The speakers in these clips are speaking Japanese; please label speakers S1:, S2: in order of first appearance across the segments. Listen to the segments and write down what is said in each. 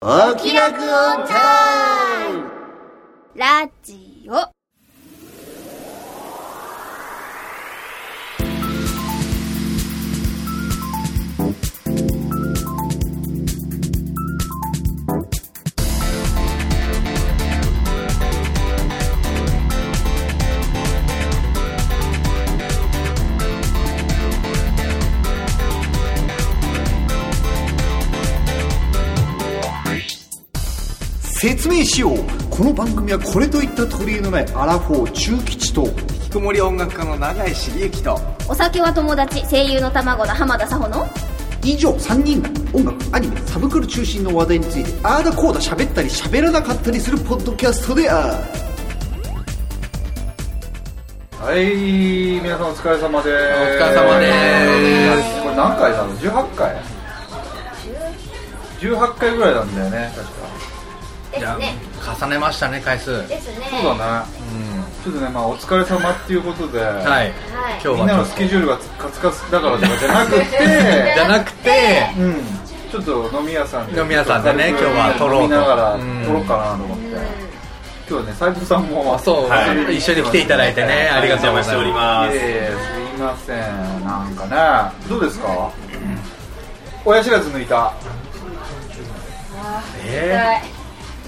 S1: お気楽オンタイム
S2: ラジオ。
S3: 説明しようこの番組はこれといった取り柄のないアラフォー中吉と
S4: ひきこもり音楽家の永井茂之と
S2: お酒は友達、声優の卵の浜田さほの。
S3: 以上3人が音楽アニメサブクル中心の話題についてああだこうだ喋ったり喋らなかったりするポッドキャストである
S5: はい、皆さんお疲れ様です。お疲。
S4: れ様です
S5: これ何回なの ?18 回 ?18 回ぐらいなんだよね、確か。
S2: ですね。
S4: 重ねましたね回数は
S2: ですね。
S5: そうだね。ちょっとね、まあお疲れ様っていうことで、
S4: い
S2: はい
S4: 今日は
S5: みんなのスケジュールがカツカツだからとかじゃなくて
S4: じ、 ゃなくて
S5: うん、ちょっと飲み屋さん
S4: 飲み屋さんでね
S5: ちょっ
S4: 今
S5: と軽く
S4: 日は撮ろうと
S5: 飲みながら
S4: うん
S5: 撮ろうかなと思って。今日はね、斉藤さんも
S4: そう一緒に来ていただいてねありがとうございま
S5: い
S4: す
S5: えいえすいませんなんかねどうですか親知らず抜いた
S4: え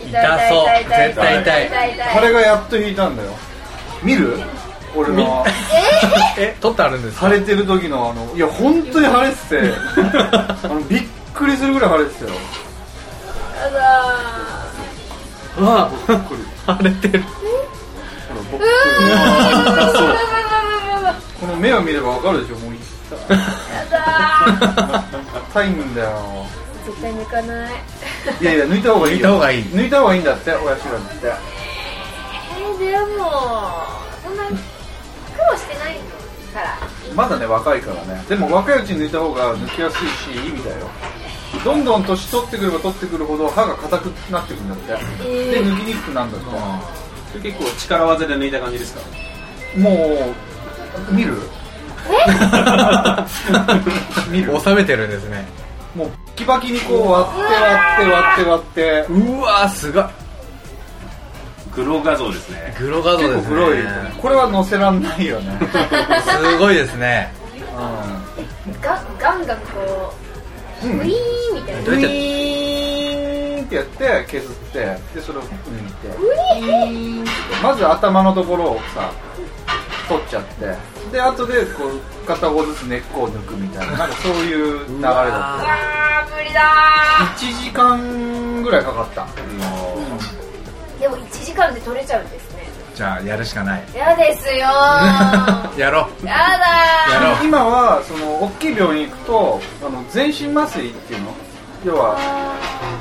S4: ー痛そう絶対痛い
S5: これがやっと引いたんだよ見る俺の
S4: え取ってあるんですか
S5: 腫れてる時のあのいや本当に腫れててあのびっくりするぐらい腫れてたよ
S4: うわ腫れてる
S5: ほらぼっくりあそうこの目 を見ればわかるでしょもう痛いんだよ
S6: 絶対抜かない
S5: いやいや抜いた方がいい
S4: 抜い
S5: よ
S4: た方がいい
S5: 抜いた方がいいんだって親知らずって
S6: えでもそんな苦労してないから
S5: まだね若いからねでも若いうちに抜いた方が抜きやすいしいいみたいよどんどん年取ってくれば取ってくるほど歯が硬くなってくるんだって、で抜きにくくなるんだって、
S7: 結構力技で抜いた感じですか
S5: もう見る見る
S4: 収めてるんですね
S5: もうバキバキにこう割って割って割って割って
S4: うわすごい
S7: グロ画像ですね
S4: グロ画像で
S5: 結
S4: すね
S5: 構黒いこれは載せらんないよ ね、
S4: すごいですね
S6: ガガンガンこう、ウィーンみたいな
S5: うん、ウィーンってやって削ってでそれを抜いてウィーンってまず頭のところをさ取っちゃってで後でこう片方ずつ根っこを抜くみたいななんかそういう流れだった
S6: あー無理だ
S5: 1時間ぐらいかかった
S6: ーでも1時間で取れちゃうんですね
S4: じゃあやるしかない
S6: やです よ ー
S4: やろう
S6: やだ
S4: やろう
S5: 今はその大きい病院行くとあの全身麻酔っていうの要は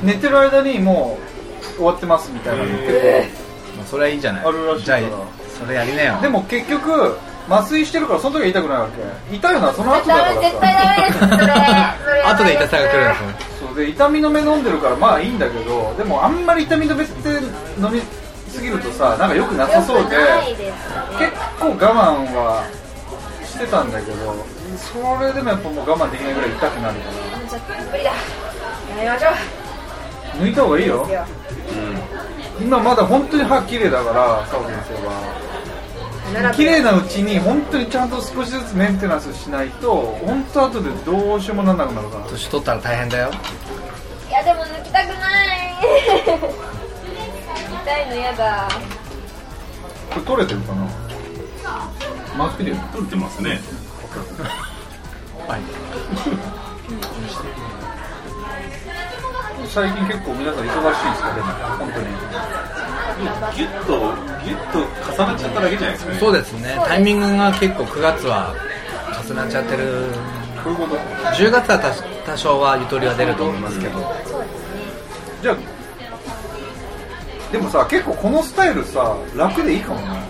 S5: 寝てる間にもう終わってますみたいなの結構
S4: もうそれはいいんじゃない
S5: あるらしい
S4: じ
S5: か
S4: ゃ
S5: ら
S4: あそれやりなよ
S5: でも結局麻酔してるからその時は痛くないわけ痛いのはその後だ
S6: ダ
S5: か
S6: メ
S5: ら
S6: 絶対
S5: さ
S6: ダメですそれそ れ
S4: 後で痛さが来るんですね
S5: そうで痛み止め飲んでるからまあいいんだけどでもあんまり痛み止めって飲みすぎるとさなんか良くなさ
S6: よ
S5: そう
S6: く
S5: で
S6: ないです
S5: 結構我慢はしてたんだけどそれでもやっぱもう我慢できないぐらい痛くなるか
S6: ちょっと無理だやめましょ
S5: ら抜いた方がいいよ
S6: うよ
S5: 今まだ本当に歯綺麗だから澤先生は綺麗なうちに本当にちゃんと少しずつメンテナンスしないと本当後でどうしようもなんなくなるから
S4: 年取ったら大変だよ
S6: いやでも抜きたくない 痛いのやだ
S5: これ取れてるかなマスクでよ
S7: 撮ってますね
S5: 最近結構皆さん忙しいですかでも本当に
S7: ギュッとギュッと重なっちゃっただけじゃないですかね
S4: そうですねタイミングが結構9月は重なっちゃってる
S5: こういうこと
S4: 10月は多多少はゆとりは出ると思います けど
S5: じゃあでもさ結構このスタイルさ楽でいいかもね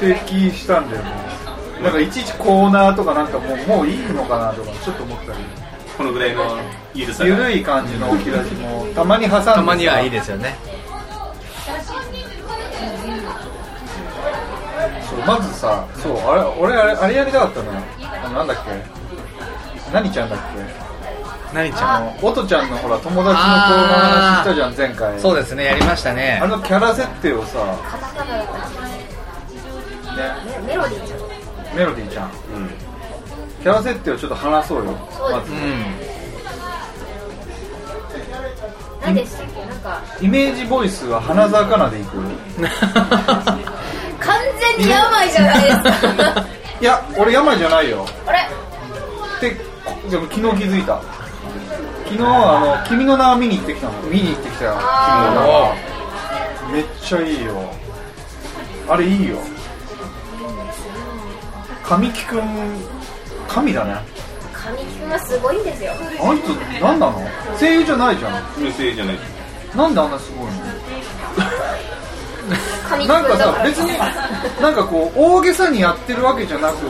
S5: 接近したんだよねなんかいちいちコーナーとかなんかもうもういいのかなとかちょっと思ったり
S7: このぐらいの緩さ
S5: ゆる
S7: い
S5: い感じの置き出しもたまに挟んで
S4: たまにはいい
S5: で
S4: ですよね
S5: そうまずさそうあれ俺あれあれやりたかったのよあのなんだっけ何ちゃんだっけ
S4: 何ち
S5: あ
S4: ゃん
S5: の音ちゃんのほら友達の子の話したじゃん前回
S4: そうですねやりましたね
S5: あのキャラ設定をさ、
S6: カタカナだった
S5: ね、
S6: ねメロディーじゃん
S5: メロディーちゃん
S7: うん
S5: キャラ設定をちょっと話そうよ
S6: そうで
S4: う
S6: す
S4: ん
S6: 何でしたっけなんか
S5: イメージボイスは花澤香菜でいく
S6: 完全に病じゃないです か
S5: いや俺病じゃないよ
S6: あれ
S5: ってこでも昨日気づいた昨日あの「君の名は見に行ってきたの見に行ってきたよ
S6: あ
S5: 君の名はめっちゃいいよあれいいよ神木くん神だね
S6: 神木君はすごいんですよ
S5: あの人何なの声優じゃないじゃん
S7: 無声じゃない
S5: なんであんなすごいの
S6: 神木
S5: な
S6: 君
S5: んか
S6: だ
S5: さ
S6: から
S5: 別になんかこう大げさにやってるわけじゃなくって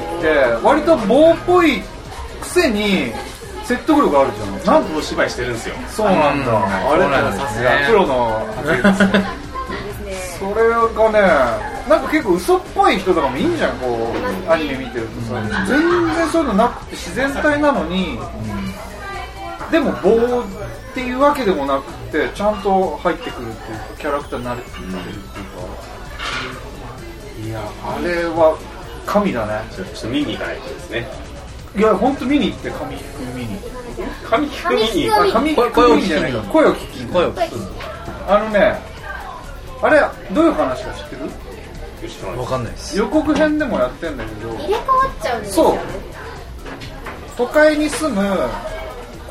S5: 割と棒っぽいくせに説得力あるじゃんなん
S7: お芝居してるんですよ
S5: そうなんだ、
S4: うん
S5: あれ
S4: そうな
S5: っ
S4: ん
S5: て
S4: ですね
S5: さすがプロのそれがねなんか結構嘘っぽい人とかもいいんじゃんこうアニメ見てるとさ全然そういうのなくて自然体なのに、でも棒っていうわけでもなくてちゃんと入ってくるっていうかキャラクターになれてるっていうか、いやあれは神だね
S7: ちょっと見に行かないとですね
S5: いや本当見に行って神木君見に
S7: 神木君見に行
S5: あ
S7: く
S5: 神木
S4: 声を
S5: 君
S4: 聞き
S5: 見
S4: に
S5: じゃないか声を聞き に
S4: 声を聞
S5: あのねあれどういう話か知ってる
S7: 知ら
S4: く
S7: な
S4: わ
S7: い
S4: かんないです
S5: 予告編でもやってんだけど
S6: 入れ替わっちゃうんですよ
S5: そう都会に住む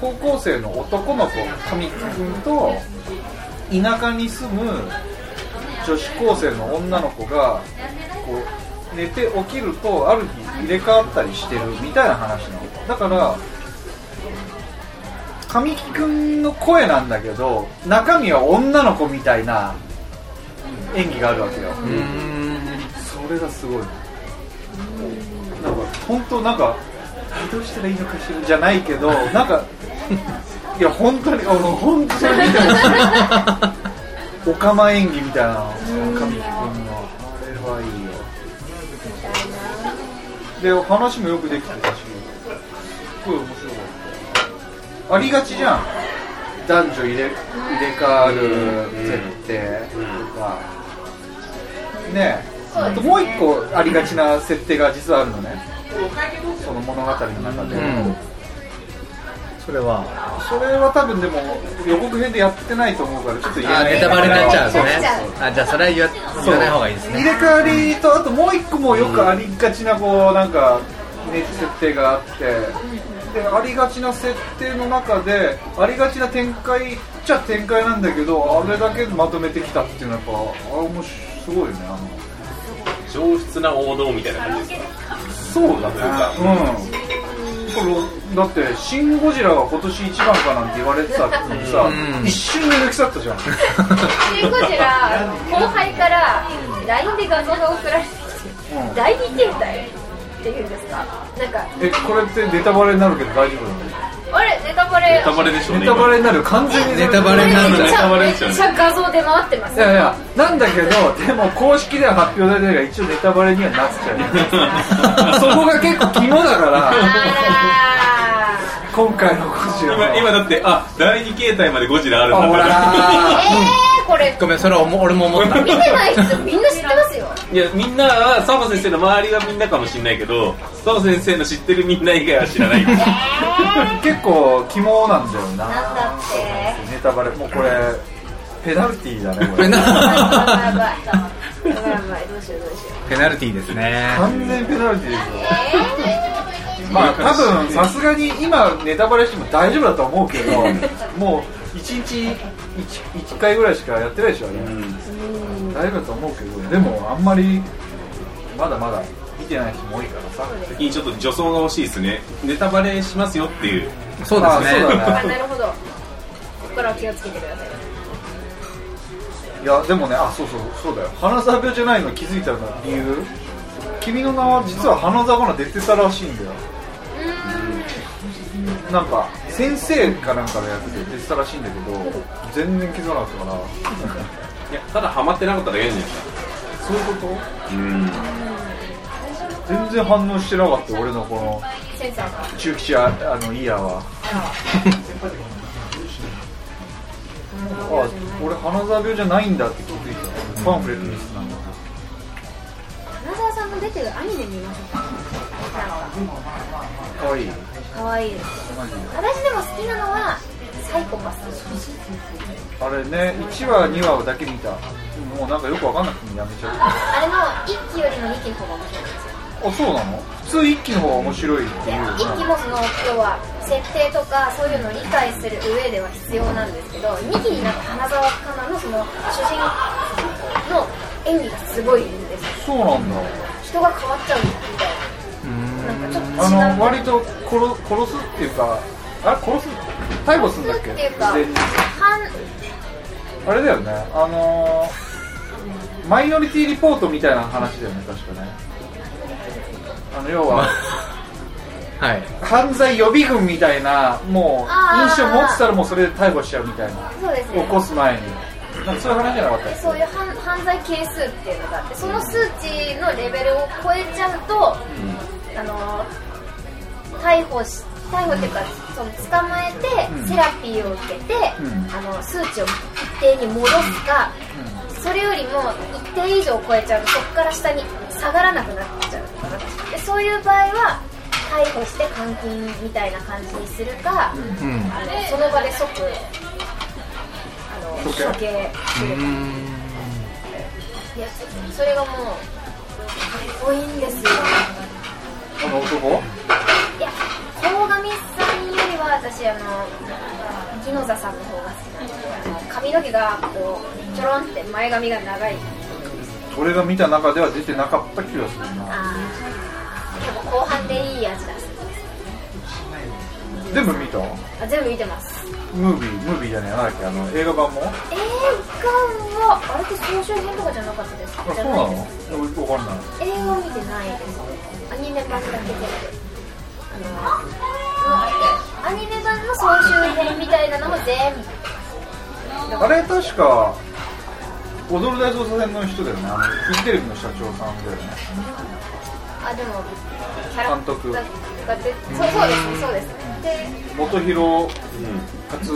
S5: 高校生の男の子神木君と田舎に住む女子高生の女の子がこう寝て起きるとある日入れ替わったりしてるみたいな話なのだから神木君の声なんだけど中身は女の子みたいな演技があるわけよ、それがすごいなんか本当なんかえどうしたらいいのかしらじゃないけどなんかいや本当にあの本当に見てほしいおかま演技みたいなの神木君のあれはいいよで話もよくできてたしすごい面白かったありがちじゃん男女入れ入れ替わる設定とか、ねえあともう一個ありがちな設定が実はあるのねその物語の中で、
S4: うんそれは
S5: それは多分でも予告編でやってないと思うからちょっと言え
S4: あ
S5: ない
S4: ネタバレになっちゃうんですね
S5: そ
S4: あじゃあそれは言わ言わない方がいいです
S5: 入
S4: ね
S5: れ替わりとあともう一個もよくありがちなこうなんか、ね、設定があってでありがちな設定の中でありがちな展開っちゃ展開なんだけどあれだけまとめてきたっていうのはやっぱあれもすごいよねあの
S7: 上質な王道みたいな感じですか
S5: そうだねうんこれだって「シン・ゴジラ」が今年一番かなんて言われてたのにさ、
S4: うん
S5: 一瞬で抜き去ったじゃん
S6: シンゴジラ後輩から LINE で画像が送られてきて、
S5: うん
S6: 第二形態っていうんですかなんか
S5: えこれってネタバレになるけど大丈夫なの
S6: あれネタバレ
S7: ネタバレでしょうね
S5: ネタバレになるよ完全に
S4: ネタバレになる
S6: めっち
S7: ネタ
S6: ゃ
S7: バレ
S6: め
S7: ですよ
S6: っ
S7: ね
S6: ちゃ画像出回ってます
S5: いやいやなんだけどでも公式では発表されてないから一応ネタバレにはなっちゃうそこが結構肝だから
S6: あ
S5: 今回のゴジラ
S7: 今
S5: は
S7: 今だってあ第二形態までゴジラあるん
S5: あ
S7: だ
S5: ほら
S6: ら
S5: な
S6: えー、これ
S4: ごめんそれは思俺も思 った
S6: 見てない人みんな知ってますよ
S7: いやみんなは澤先生の周りはみんなかもしれないけど澤先生の知ってるみんな以外は知らない
S6: えー、
S5: 結構肝なんだよな
S6: なんだって
S5: ネタバレもうこれペナルティーだねこ
S4: ペ
S5: れ
S4: ナ
S6: やばいやばいやばいやばいどうしようどうしよ
S4: ペナルティーですね
S5: 完全ペナルティーですよ
S6: うえ
S5: まあ多分さすがに今ネタバレしても大丈夫だと思うけどもう一日 1, 回ぐらいしかやってないでしょあれ、大丈夫だと思うけどでもあんまりまだまだ見てない人も多いからさ
S7: にちょっと助走が欲しいですねネタバレしますよっていう
S4: そうです
S5: あそう
S4: ね
S6: ー、あ
S5: だね
S6: なるほどここからは気をつけてください
S5: いやでもねあそうそうそうだよ花澤病じゃないの気づいたの理由君の名は実は花澤香菜出てたらしいんだよなんか先生かなんかのやつで出てたらしいんだけど全然気づかなかったから
S7: いやただハマってなかっただけじゃないです
S5: そういうこと
S7: かうん
S5: 全然反応してなかった俺のこの
S6: センサーが
S5: 中吉ああのイヤーはあ俺花沢病じゃないんだって気づいたパンフレット見せたんだ
S6: 花澤さんの出てるアニメ見ましょうかなんか
S5: かわいい
S6: 可愛いです
S5: マジで
S6: 私でも好きなのはサイコパス
S5: あれね1話2話だけ見たもうなんかよくわかんなくてやめちゃ
S6: あれの1期よりも2期の方が面白いですよ
S5: うあそうなの普通1期の方が面白いっていう
S6: 1期もその要は設定とかそういうのを理解する上では必要なんですけど2期になって花澤香菜のその主人の演技がすごいんです
S5: そ
S6: よ
S5: うなんだ
S6: 人が変わっちゃうみたいななんかちょっと違う
S5: あの割と殺殺すっていうかあれ殺す逮捕するんだっけ
S6: っていうか
S5: で
S6: 半
S5: あれだよねあのーマイノリティリポートみたいな話だよね確かねあの要 は
S4: はい
S5: 犯罪予備軍みたいなもう
S6: あー
S5: 印象持ってたらもうそれで逮捕しちゃうみたいな
S6: そうです
S5: 起
S6: ね
S5: こす前になんかそういう話じゃなかった
S6: そういう犯犯罪係数っていうのがあってその数値のレベルを超えちゃうと、あの逮捕し逮捕っていうかその捕まえ
S5: うん
S6: てセラピーを受けて、
S5: うん
S6: あの数値を一定に戻すか、それよりも一定以上超えちゃうとそこから下に下がらなくなっちゃうのかなでそういう場合は逮捕して監禁みたいな感じにするか、
S4: うん
S6: あのその場で即
S5: 処刑
S6: あの処刑するかいやそれがもうかっこいいんですよ
S5: あの男
S6: いや鴻上さんよりは私あの木野座さんの方が好きなんですけどあの髪の毛がこうちょろんって前髪が長い
S5: 俺が見た中では出てなかった気がするな
S6: あーでも後半でいい味出す
S5: 全部見た
S6: あ全部見てます
S5: ムービームービーじゃねえなんだっけあの映画版もあ
S6: 映画はあれって総集編とかじゃなかったですか
S5: そう
S6: じ
S5: な
S6: ゃない
S5: の
S6: です
S5: いやわかんない
S6: 映画見てないですアニメ版だけであのアニメ版の総集編みたいなのも全
S5: あ
S6: 部
S5: れ確か踊る大捜査線の人だよねあのフジテレビの社長さんだよね
S6: あでもキャラ
S5: 監督
S6: がが出そうそうですねそうですね
S5: 元弘勝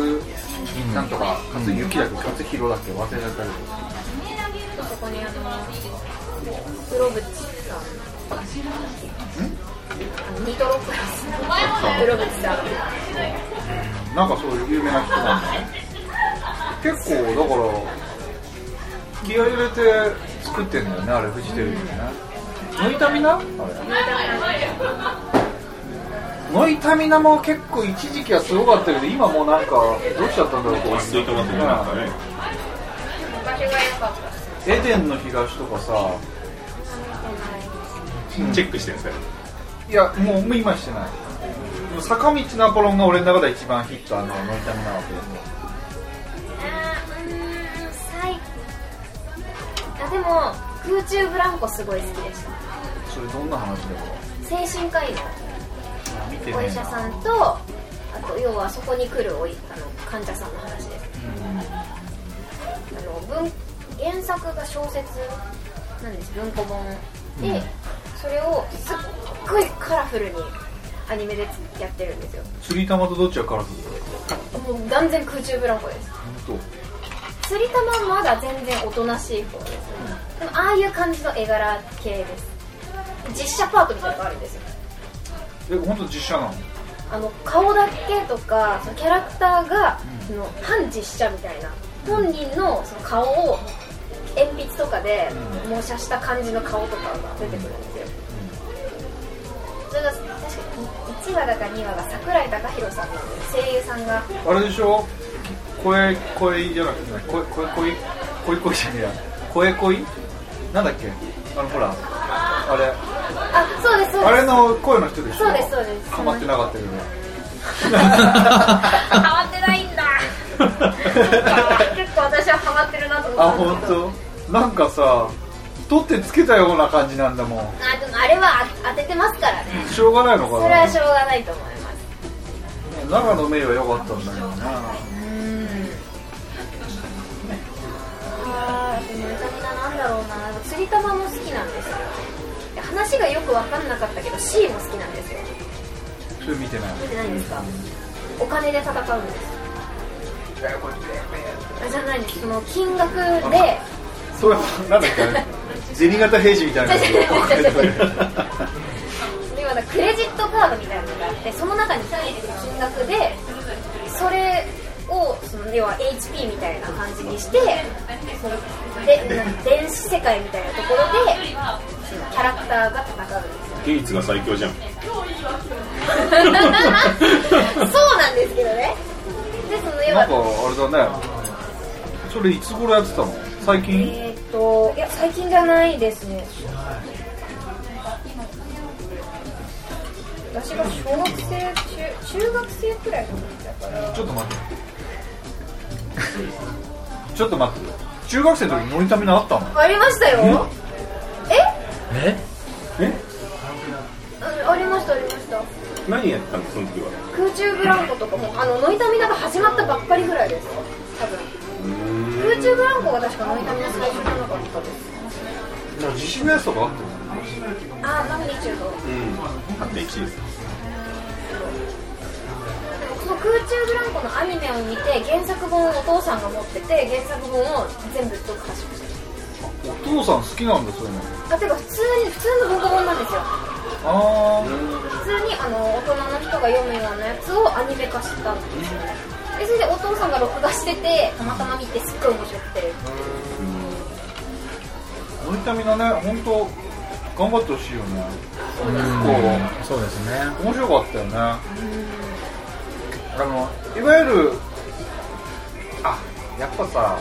S5: なんとか勝幸だっけ勝弘だっけ忘れちゃったけど
S6: でそこにあの黒渕さんあのニトロプラス黒渕さん
S5: なんかそういう有名な人なんだね結構だから気合い入れて作ってんだよねあれフジテレビでねノイタミナあれノイタミナも結構一時期はすごかったけど今もうなんかどうしちゃったんだろう
S7: 落ち着いてますねなんかね
S6: 昔が良かった
S5: エデンの東とかさ
S7: チェックしてるんですか
S5: いやもうもう今してないもう坂道ナポロンが俺の中で一番ヒットあのノイタミナわけで
S6: あーうーん最あでも空中ブランコすごい好きでした
S5: それどんな話だろ
S6: 精神科医の
S5: う見て
S6: お
S5: ね
S6: 医
S5: え
S6: 者
S5: な
S6: さんとあと要はそこに来るおいあの患者さんの話ですあの文原作が小説なんです文庫本で、それをすっごいカラフルにアニメでやってるんですよ
S5: 釣り玉とどっちがカラスだろ
S6: もう断然空中ブランコです
S5: う
S6: 釣り玉はまだ全然おとなしい方ですねでもああいう感じの絵柄系です実写パートみたいなのがあるんですよ
S5: え本当実写なの
S6: あの顔だけとかそのキャラクターが、その反実写みたいな本人のその顔を鉛筆とかで模写した感じの顔とかが出てくるんですよ、それが確かに1話だか2話が桜井貴弘さんの声優さんが
S5: あれでしょ声声じゃなくて声声声声声じゃねえや声声なんだっけあのほらあれ
S6: あそうですそうです
S5: あれの声の人でしょ
S6: そうですそうです
S5: かまってなかったけど
S6: 変 わってな いんだ結構私はハマってるなと
S5: あ
S6: 思ったんですけど
S5: 本当。なんかさ取ってつけたような感じなんだもん
S6: あでもあれは当ててますからね
S5: しょうがないの
S6: そ
S5: か
S6: れは
S5: な
S6: しょうがないと思います
S5: 長野メイは良かったんだけどな
S6: あーでも痛みがなんだろうな釣り玉も好きなんですよ話がよく分かんなかったけど C も好きなんですよ
S5: それ見てない
S6: 見てないんですかお金で戦うんですあじゃないですその金額で
S5: それはなんだっけあれ銭形平次みたいなやつ
S6: ではクレジットカードみたいなのがあってその中に入ってる金額でそれをその要は HP みたいな感じにしてそのでなんか電子世界みたいなところでそのキャラクターが戦うんですよ
S7: ゲイツが最強じゃん
S6: そうなんですけどねでその要
S5: なん
S6: は
S5: かあれだねそれいつ頃やってたの最近
S6: えーっといや最近じゃないですね私が小学生中中学生くらいの時だから
S5: ちょっと待って ちょっと待って中学生の時モニタミナあったの
S6: ありましたよえ
S4: え
S5: え
S6: うんありましたありました
S7: 何やってたのその時は
S6: 空中ブランコとかもあのノイタミナが始まったばっかりぐらいですよ多分空中ブランコが確かノイタミナ最初じゃなかったです
S5: じゃあ自信のやつとかあったの
S6: ああマグニチュード
S7: うん発展1です
S6: その空中ブランコのアニメを見て原作本をお父さんが持ってて原作本を全部読破しまし
S5: お父さん好きなんだそういうの
S6: たあてか普通に普通の文庫本なんですよ
S5: あ
S6: 普通にあの大人の人が読むようなやつをアニメ化したんですよねでそれでお父さんが録画しててたまたま見てすっごい面白くて
S5: あモニタミナね本当頑張ってほしいよね
S6: そうです
S4: そ
S5: こ
S4: うですね
S5: う面白かったよねあのいわゆるあやっぱさ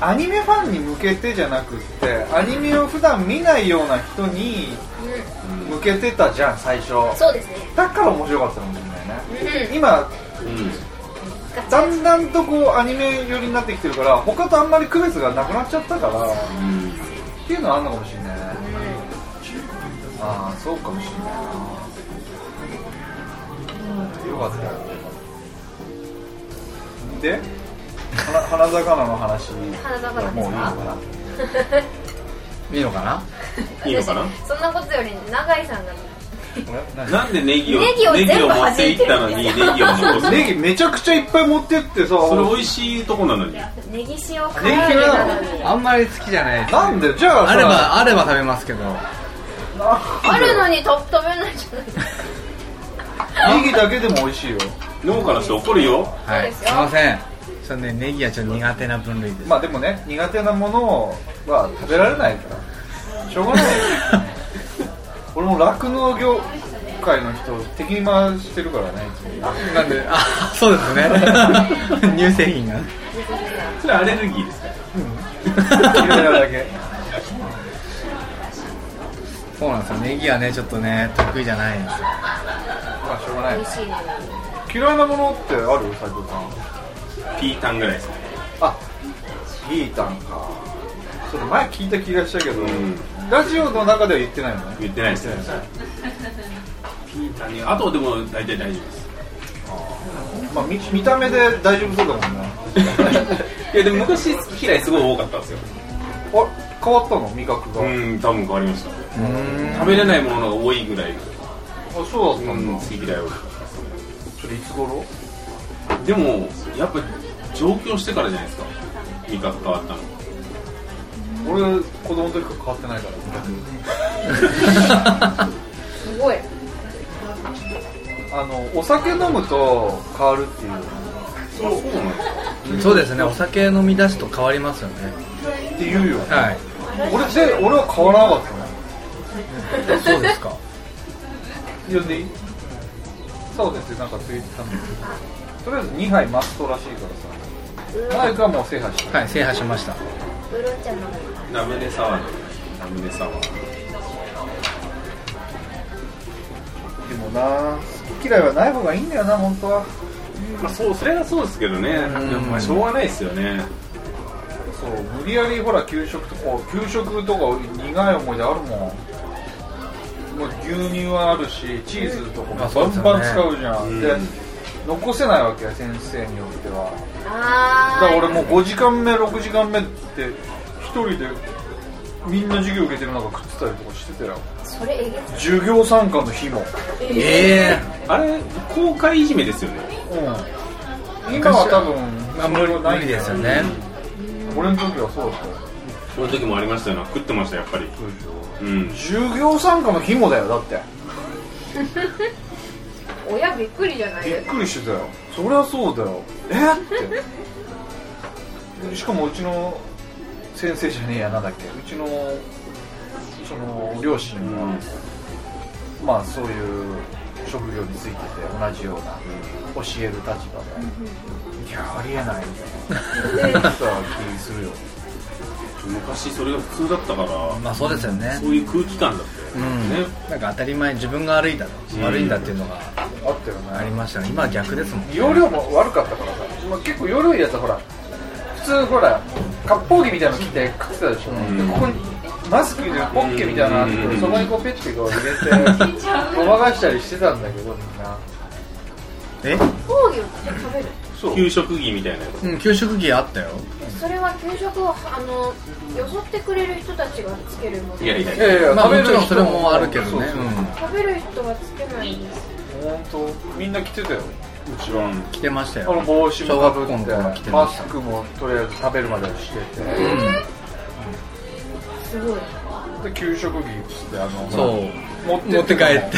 S5: アニメファンに向けてじゃなくってアニメを普段見ないような人に向けてたじゃん最初
S6: うんそうですね
S5: だから面白かったのかもしれないね
S6: うん
S5: 今
S7: うん
S6: ガチ
S5: だ
S6: ガチ
S5: んだんとこうアニメ寄りになってきてるから他とあんまり区別がなくなっちゃったからっていうのはあるのかもしれないねああそうかもしれないなよかったよで花花魚の話
S6: 花魚ですか
S5: もうい
S4: い
S5: いのか
S4: いのかない
S7: いのかな
S6: 私そんなことより永井さんが
S5: な
S7: なんでネギを
S6: ネギを全部
S7: ネギ持っていったのにネギを残す
S5: えネギめちゃくちゃいっぱい持ってってさ
S7: それ美味しいとこなのに
S6: ネギ塩唐揚げなのに
S4: あんまり好きじゃないです
S5: なんでじゃあさ
S4: あればあれば食べますけど
S6: あるのにと食べないじゃない
S5: ネギだけでも美味しいよ
S7: 農家の人怒るよ
S4: はい
S6: そうですすよ
S4: いませんそれねネギはちょっと苦手な分類です、
S5: まあでもね苦手なものは食べられないからしょう がない俺も酪農業界の人敵に回してるからねいつ も
S4: なんであそうですね 乳製品が
S7: それアレルギーですか
S5: 嫌いなだけ
S4: そうなんですよネギはねちょっとね得意じゃないんですよ
S5: まあしょうがない
S6: 美味しいのに
S5: 嫌いなものってある斉藤さん
S7: ピータンぐらいですね
S5: あピータンかそれ前聞いた気がしたけど、ラジオの中では言ってないのね
S7: 言ってないですねピータンにあとでも大体大丈夫です
S5: まあ見見た目で大丈夫そうだもんね
S7: いやでも昔好き嫌いすごい多かったんですよ
S5: あ変わったの味覚が、
S7: う
S5: あ
S7: ん多分変わりました食べれないものが多いぐらい
S5: そうだったんだ、
S7: 好き嫌い多かったですね
S5: それいつ頃
S7: でもやっぱ上京してからじゃないですか味覚変わったの
S5: 俺子供の時から変わってないから逆に
S6: すごい
S5: あのお酒飲むと変わるっていう
S7: そうそうなんですか
S4: そうですねお酒飲み出すと変わりますよね
S5: って言うよ
S4: はい
S5: 俺で俺は変わらなかったの
S4: そうですか
S5: 呼んでいいそうですよなんかついてたんだけどとりあえず2杯マストらしいからさマイクはもう制覇した
S4: はい制覇しました
S6: ウーロン茶飲む
S7: ラムネサワーラムネサワー
S5: でもな好き嫌いはない方がいいんだよな本当は
S7: まあそうそれがそうですけどねでもまあしょうがないですよね
S5: そう無理やりほら給食とか給食とか苦い思い出あるもんもう牛乳はあるしチーズとかも
S4: あそう
S5: バ
S4: です
S5: ン
S4: よね
S5: バン使うじゃん、
S7: うん
S5: で残せないわけ先生によってはだ
S6: あ
S5: から俺もう5時間目6時間目って一人でみんな授業受けてる中食ってたりとかしてたよ
S6: あそれえげ
S5: 授業参観の日も、
S4: え
S7: あれ公開いじめですよね
S5: うん、今は多分
S4: えまあ無理無理ですよね
S5: 俺の時はそうだったよ
S7: その時もありましたよな食ってましたやっぱりうん
S5: 授業参加の日もだよだって
S6: つ親びっくりじゃない
S5: びっ
S6: ですか
S5: くりしてたよそりゃそうだよえってしかもうちの先生じゃねえやなんだっけうちのその両親は、まあそういう職業についてて同じような、教える立場で、いやありえないみたいな言ってた気するよ
S7: 昔それが普通だったから、
S4: まあそうですよね
S7: そういう空気感だった
S4: う
S7: よ
S4: ん
S7: ね、
S4: なんか当たり前自分が悪いだ
S7: うん
S4: 悪いんだっていうのが
S5: あったよ
S4: あ
S5: ね
S4: りましたね今は逆ですもん
S5: 容量も悪かったからさ、まあ、結構容量いいやつはほら普通ほら割烹着みたいなの着て食ってたでしょ、
S7: ん
S5: でここにマスクにポッケみたいなのあって、
S7: うん
S5: そこにこうペッてこう入れてごまかしたりしてたんだけどみんな
S4: え
S6: 講義を食べる
S5: そう
S7: 給食着みたいなや
S4: うん給食着あったよ
S6: それは給食をあのよそってくれる人たちがつけるもの
S7: ついやいやい
S5: いやいや
S4: まあ
S5: 食べ
S4: もち
S5: る
S4: ろ
S5: 人
S4: んそれもあるけど
S5: そう
S4: ね
S5: そう
S4: うん
S6: 食べる人はつけないんです
S5: 本当みんな着てたようち
S7: や
S5: は、
S7: う
S4: 着てました
S5: あの
S4: よ
S5: 帽子も
S4: 小
S5: か
S4: 学
S5: ぶ
S4: 校の
S5: っ
S4: 頃は着
S5: て
S4: て
S5: マ
S4: ま
S5: ス
S4: した
S5: クもとりあえず食べるまではしてて、
S6: すごい
S5: で給食着っつってあの
S4: そう
S5: 持
S4: 持って帰って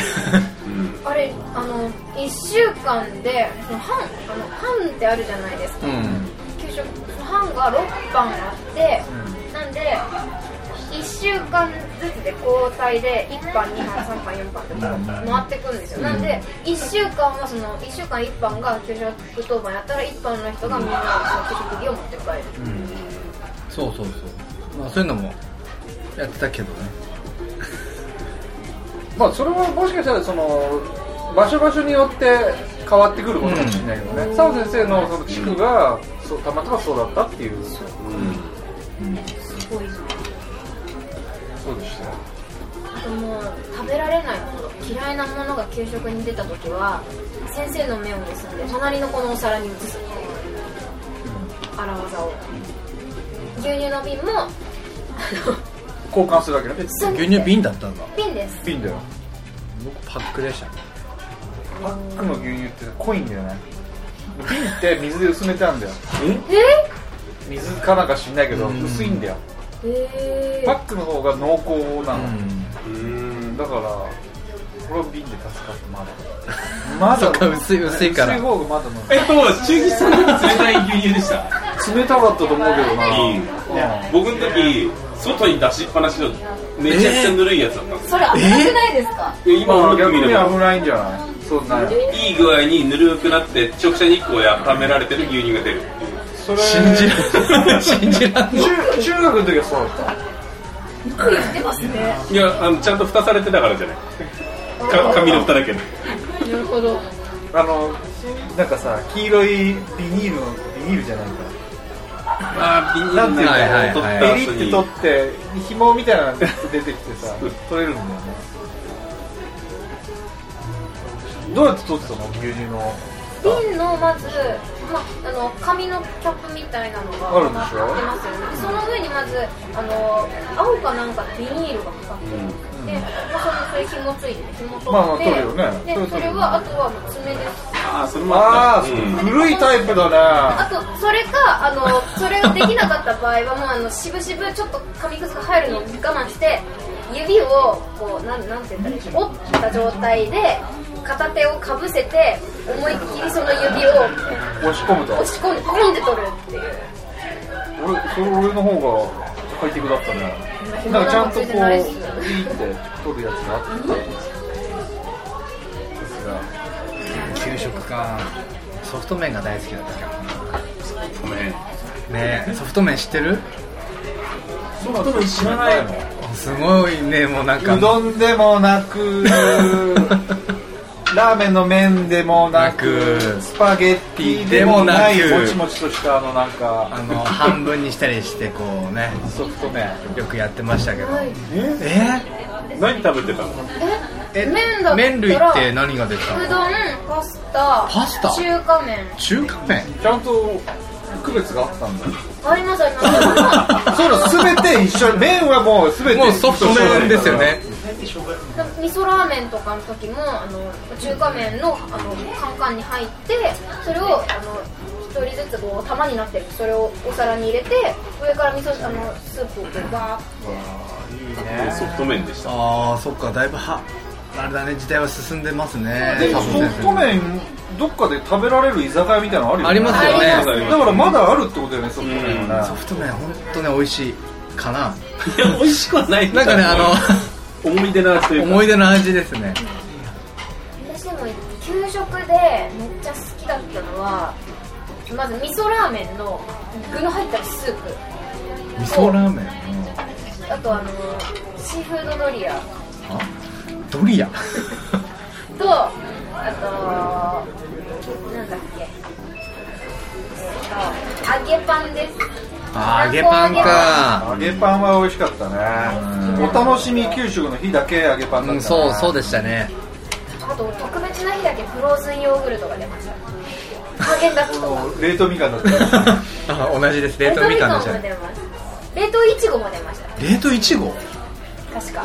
S6: あれあの1週間でその班あの班ってあるじゃないですか
S4: うん
S6: 給食その班が6班あって、なんで1週間ずつで交代で1班2班3班4班ってこう回ってくんですよ、なんで1週間はその1週間1班が給食当番やったら1班の人がみんなその給食着を持って帰る
S4: そうそうそうまあそういうのもやってたけどね
S5: まあそれももしかしたらその場所場所によって変わってくることかもしれないけどね澤、先生のその地区が、そうたまたまそうだったっていうそうん
S6: すごい
S5: でしたよ
S6: あともう食べられないもの嫌いなものが給食に出た時は先生の目を盗んで隣の子のお皿に移すっていう荒技を牛乳の瓶もあの
S5: 交換するだけね
S6: すんって
S4: 牛乳瓶だったんだ
S6: 瓶です
S5: ピンだよ
S4: 僕パックでしたね
S5: パックの牛乳って濃いんだよね瓶って水で薄めてあるんだよ
S6: え
S5: 水かなんか知んないけど
S4: うん
S5: 薄いんだよ
S6: え
S5: パックの方が濃厚な
S4: う
S5: の、
S4: ん
S7: うん
S5: だからこれは瓶で助かってまだ ま
S4: そっか薄い薄いから
S5: 薄い方がまだ
S7: えっと中吉さんの時冷たい牛乳でした
S5: 飲む冷たかったと思うけどな、
S7: いい
S5: うん
S7: 僕の時外に出しっぱなしのめちゃくちゃぬるいやつだったんです
S2: それ危なくないですか
S7: よ、今
S5: ま
S7: の
S5: あ、逆
S7: 見
S5: に
S7: れ
S5: 危
S7: ば
S5: ないんじゃないそんなの
S7: いい具合にぬるくなって直射日光で温められてる牛乳が出る
S5: それ
S4: 信じらん信じらん の
S5: 中中学の時はそうだっ
S7: いやあのちゃんと蓋されてたからじゃないか紙の蓋だけで
S5: たあのなんかさ黄色いビニールのビニールじゃないか
S7: あビニ
S5: なんていうの
S4: はいはい
S7: 取っ
S4: はい
S7: た
S5: ペリ
S7: 後
S5: って
S7: に
S5: 取って紐みたいなのが出てきてさ取れるんだよねどうやって取ってたの牛乳の
S6: ー、瓶のまず、ま、あの紙のキャップみたいなのが
S5: あるでしょ
S6: ってますよねでその上にまずあの青かなんかビニールがかかってるで、まあ、それそれ紐ついてて紐取って、
S5: まあまあ取るよね
S6: で
S5: それ
S6: そ
S5: 取る
S6: れ
S5: よね
S6: はあとはもう爪です
S7: ああそれもあ
S5: ああ
S7: ったうん
S5: 古いタイプだ
S6: あ
S5: ね
S6: とそれかあのそれができなかった場合はもうあの渋々ちょっと紙くずが入るのを我慢して指をこうなんなんて言ったらいい折った状態で片手をかぶせて思いっきりその指を
S5: 押し込むと
S6: 押し込んでポンって取るっていう
S5: 俺それ俺の方が快適だったねなんかちゃんとこうビ
S6: 紐なんかついてないっす
S5: ーって取るやつがあったさすが
S4: 給食かソフト麺が大好きだったから
S7: ごめん
S4: ねえソフト麺知ってる
S5: ソフト麺知らないの
S4: すごいねもうなんか
S5: うどんでもな くラーメンの麺でもな
S4: な
S5: く
S4: く
S5: スパゲッティでもない
S4: でもなく
S5: もちもちとしたあのなん
S4: あ
S5: か
S4: の半分にしたりしてこうね
S5: ソフト麺
S4: よくやってましたけど
S5: え
S4: え
S7: 何食べてたの
S6: え
S4: え
S6: 麺だったら
S4: 麺類って何が出てた
S6: う
S4: の
S6: どんパスタ
S4: パスタ
S6: 中華麺
S4: 中華麺
S5: ちゃんと区別があったんだ
S6: ありますあります
S5: そういうの全て一緒麺はもう全て
S4: もうソフト麺ですよね
S5: でしょうがない
S6: で味噌ラーメンとかの時もあの中華麺のあのカンカンに入ってそれをあの一人ずつこう玉になってるそれをお皿に入れて上から味噌あのスープをこうバーッ
S5: ね
S7: ソフト麺でした
S4: ああそっかだいぶはあれだね時代は進んでますね
S5: でもソフト麺どっかで食べられる居酒屋みたいなのあ
S4: あり
S5: るよね
S4: ますよね
S6: ありま
S5: だからまだあるってことだよねソフト麺は
S4: ソ
S5: ね
S4: フト麺本当ね美味しいかない
S7: や美味しくはない
S4: なんかねあ
S7: の思い出の味とい
S4: の
S7: うか
S4: 思い出の味ですね
S6: 私でも給食でめっちゃ好きだったのはまず味噌ラーメンの具の入ったスープ
S4: 味噌ラーメン
S6: あとあのシーフードドリア
S4: ドリア
S6: とあとなんだっけえっと揚げパンです
S4: あ揚げパンか
S5: 揚げパンは美味しかったねお楽しみ給食の日だけ揚げパンだったね
S4: うんそうそうでしたね
S6: あと特別な日だけフローズンヨーグルトが出ましたハーゲンダッツとか
S5: 冷凍みかんだったね
S4: あ同じです冷凍みかんでした
S6: 冷凍みかんも
S4: ね
S6: 出ました冷凍いちごも出ました
S4: 冷凍いちご
S6: 確か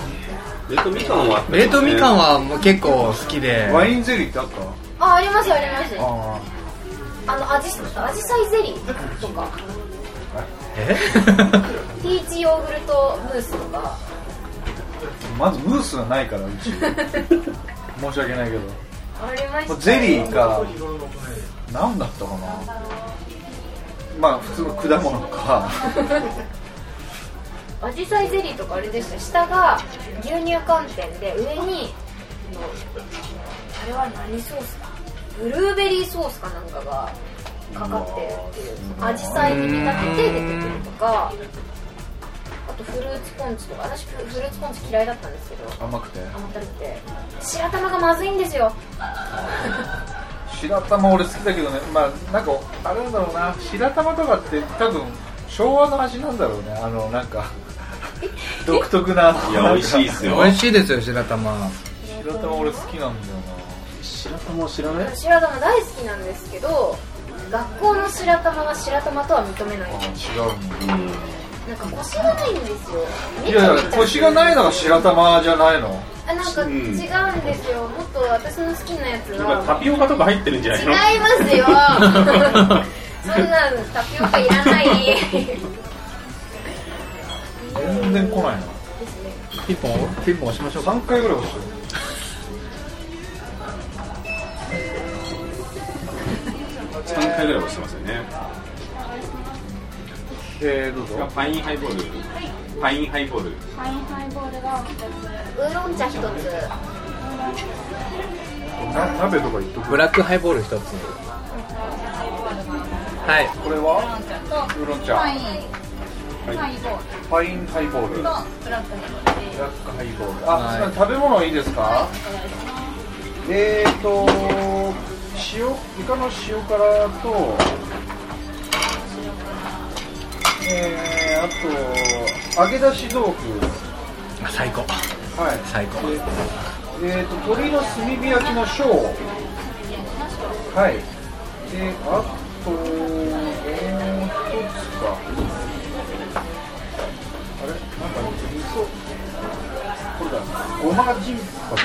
S7: 冷凍みかんは
S4: 冷凍みかんはもう結構好きで
S5: ワインゼリーってあった
S6: あありますあります
S5: あ
S6: あのアジアジサイゼリーとか
S4: え
S6: ピーチヨーグルトムースとか
S5: あまずムースがないからう ち申し訳ないけど
S6: ありました
S5: も
S6: よ
S5: うゼリーか何だったかなまあ普通の果物か
S6: アジサイゼリーとかあれでした下が牛乳寒天で上にあのあれは何ソースだブルーベリーソースかなんかがかかってるっていうアジサイに見立てて出てくるとかあとフルーツポンチとか私フルーツポンチ嫌いだったんですけど
S5: 甘くて
S6: 甘ったるくて白玉がまずいんですよ
S5: 白玉俺好きだけどねまあなんかあれなんだろうな白玉とかって多分昭和の味なんだろうねあのなんか独特ない
S7: や美味しいっすよ
S4: 美味しいですよ白玉
S5: 白玉俺好きなんだよ
S7: 白玉を知らない
S6: 白玉大好きなんですけど学校の白玉は白玉とは認めない
S5: なあ違うんだ
S6: なんかコシがないんですよ
S5: いやいや腰がないのが白玉じゃないの
S6: あなんか違うんですよもっと私の好きなやつ
S7: なんか
S6: は
S7: タピオカとか入ってるんじゃない
S6: 違い
S7: の
S6: ますよそんなタピオカいらない
S5: 全然来ないな
S4: ピンポンピンポン押しましょうか
S5: 3回ぐらい欲しい
S7: 3回ぐらい押してますよね
S5: えー、どうぞ
S7: パインハイボールパインハイボール
S6: ウーロン茶一つ
S5: な鍋とか言っとく
S4: ブラックハイボール一つはい
S5: これはウーロン茶パインハイボールブラックハイボールあ、
S4: はい
S5: すいません食べ物いいですか、えーと塩イカの塩辛とえー、あと揚げ出し豆腐
S4: あ最高
S5: はい
S4: 最高
S5: えー、と鶏の炭火焼きの小はいであともう一つかあれなんか味噌これだごまジンパチ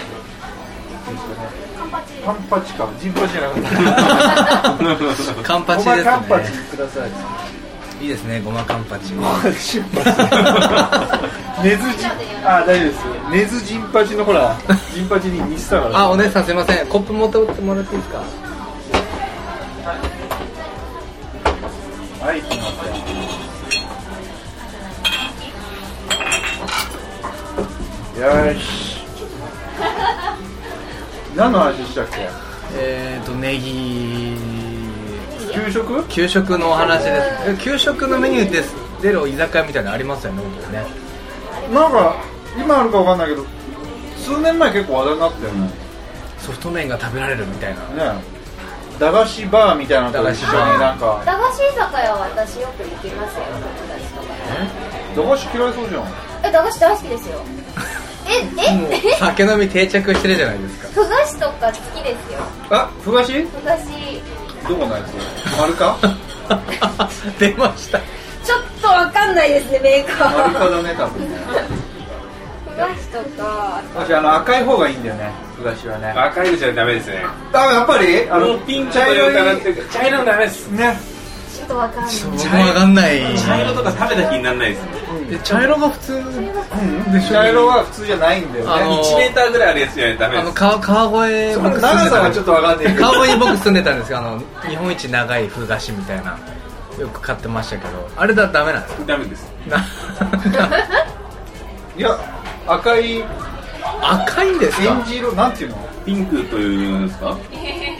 S5: ですかねカンパチかジンパチじゃなかっ
S4: カン
S5: た
S4: パ
S5: ご
S4: チ
S5: ま
S4: で
S5: カンパチ
S4: すね
S5: ください
S4: いいですねごまカンパチ
S5: ジンパチ根津ジンあ大丈夫です根津ジンパチのほらジンパチに似てたから
S4: あお姉さんすいませんコップ持ってってもらっていいですか
S5: はい、こんな感じよーし。何の話でしたっけ？
S4: えっ、ー、とネギ
S5: 給食？
S4: 給食のお話ですえ給食のメニューです出る居酒屋みたいなのありますよね本当にね
S5: なんか今あるかわかんないけど、数年前結構話題になったよね。
S4: ソフト麺が食べられるみたいな
S5: ね、駄菓子バーみたいなのと一緒になんか、
S6: 駄菓子居酒屋は私よく行きますよ友達とか
S5: 駄菓子嫌いそうじゃん。
S6: え駄菓子大好きですよえ
S4: もう
S6: ええ
S4: 酒飲み定着してるじゃない ですか
S6: ふ菓子とか好きですよ
S5: あ、ふがし？
S6: ふ菓子
S5: どこのやつ？丸か？
S4: 出ました
S6: ちょっとわかんないですねメーカ
S5: 丸
S6: ー
S5: かだね多分ね。
S6: ふ菓子とか
S5: 私あの赤い方がいいんだよね昔はね
S7: 赤いのじゃダメですね
S5: あやっぱりあ
S7: も
S5: の
S7: うピンクと
S5: 茶色
S7: いうかないっていうか茶色のダメです
S5: ね
S6: ちょっとわかんない
S4: 僕もわかんない
S7: 茶色とか食べた気にならないですね
S4: え茶色が普通
S5: うんで茶色は普通じゃないんだよ
S4: あの
S5: ね
S7: 1メーターぐらいあるやつじゃないとダメ
S4: あ
S7: で
S4: の
S7: す
S4: 川川越
S5: そ
S4: 僕住んで
S5: の長さ
S4: たん
S5: が
S4: で
S5: ちょっと分かんないけど
S4: 川越に僕住んでたんですけどあの日本一長い風菓子みたいなよく買ってましたけどあれだダメなんですか
S7: ダメです
S4: ない
S5: や赤い
S4: 赤いんです
S5: エン
S4: か
S5: ジ色なんていうの
S7: ピンクというんですか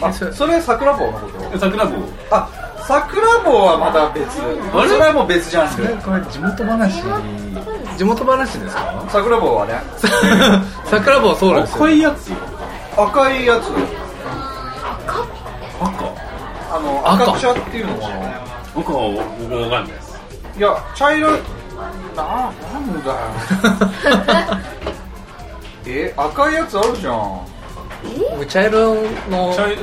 S5: あ
S4: それ
S5: それ桜棒のこと
S7: 桜棒
S5: あ桜棒はまた別
S7: あれ
S5: それはもう別じゃん
S4: これ地元話地元話ですか
S5: 桜棒はね
S4: 桜棒そうなんですよ
S7: 赤いやつ
S5: 赤いやつ
S7: 赤
S5: あの
S4: 赤
S5: 赤茶っていうのかな
S7: 僕は僕もわかんないです
S5: いや茶色いななんだよえ赤いやつあるじゃん
S4: 僕茶色の
S7: 茶色あ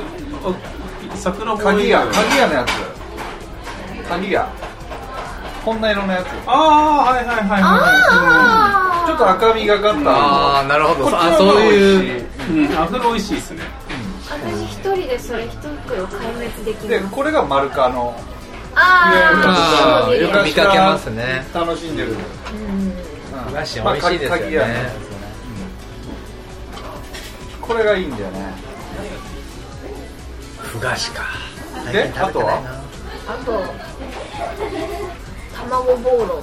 S7: 桜棒
S5: 鍵屋鍵屋のやつ鍵屋こんな色のやつ
S7: ああはいはいはい
S5: ちょっと赤みがかった
S4: ああなるほ
S5: こ
S4: ど
S5: っちの
S4: あ
S5: 方
S4: そう
S5: が美味し
S4: いう
S7: うんアフロ美味しいですね
S6: 私一人でそれ一袋壊滅でき
S5: で
S6: る
S5: これが丸カの
S6: あ
S4: あー
S6: ー
S4: よく見かけますね
S5: 楽しんでるうん
S4: 和紙美
S5: まあ
S4: 味しいですよ
S5: 鍵屋の
S4: ね
S5: やつねこれがいいんだよね
S4: ふ菓子か
S5: であとは
S6: あと卵ボーロ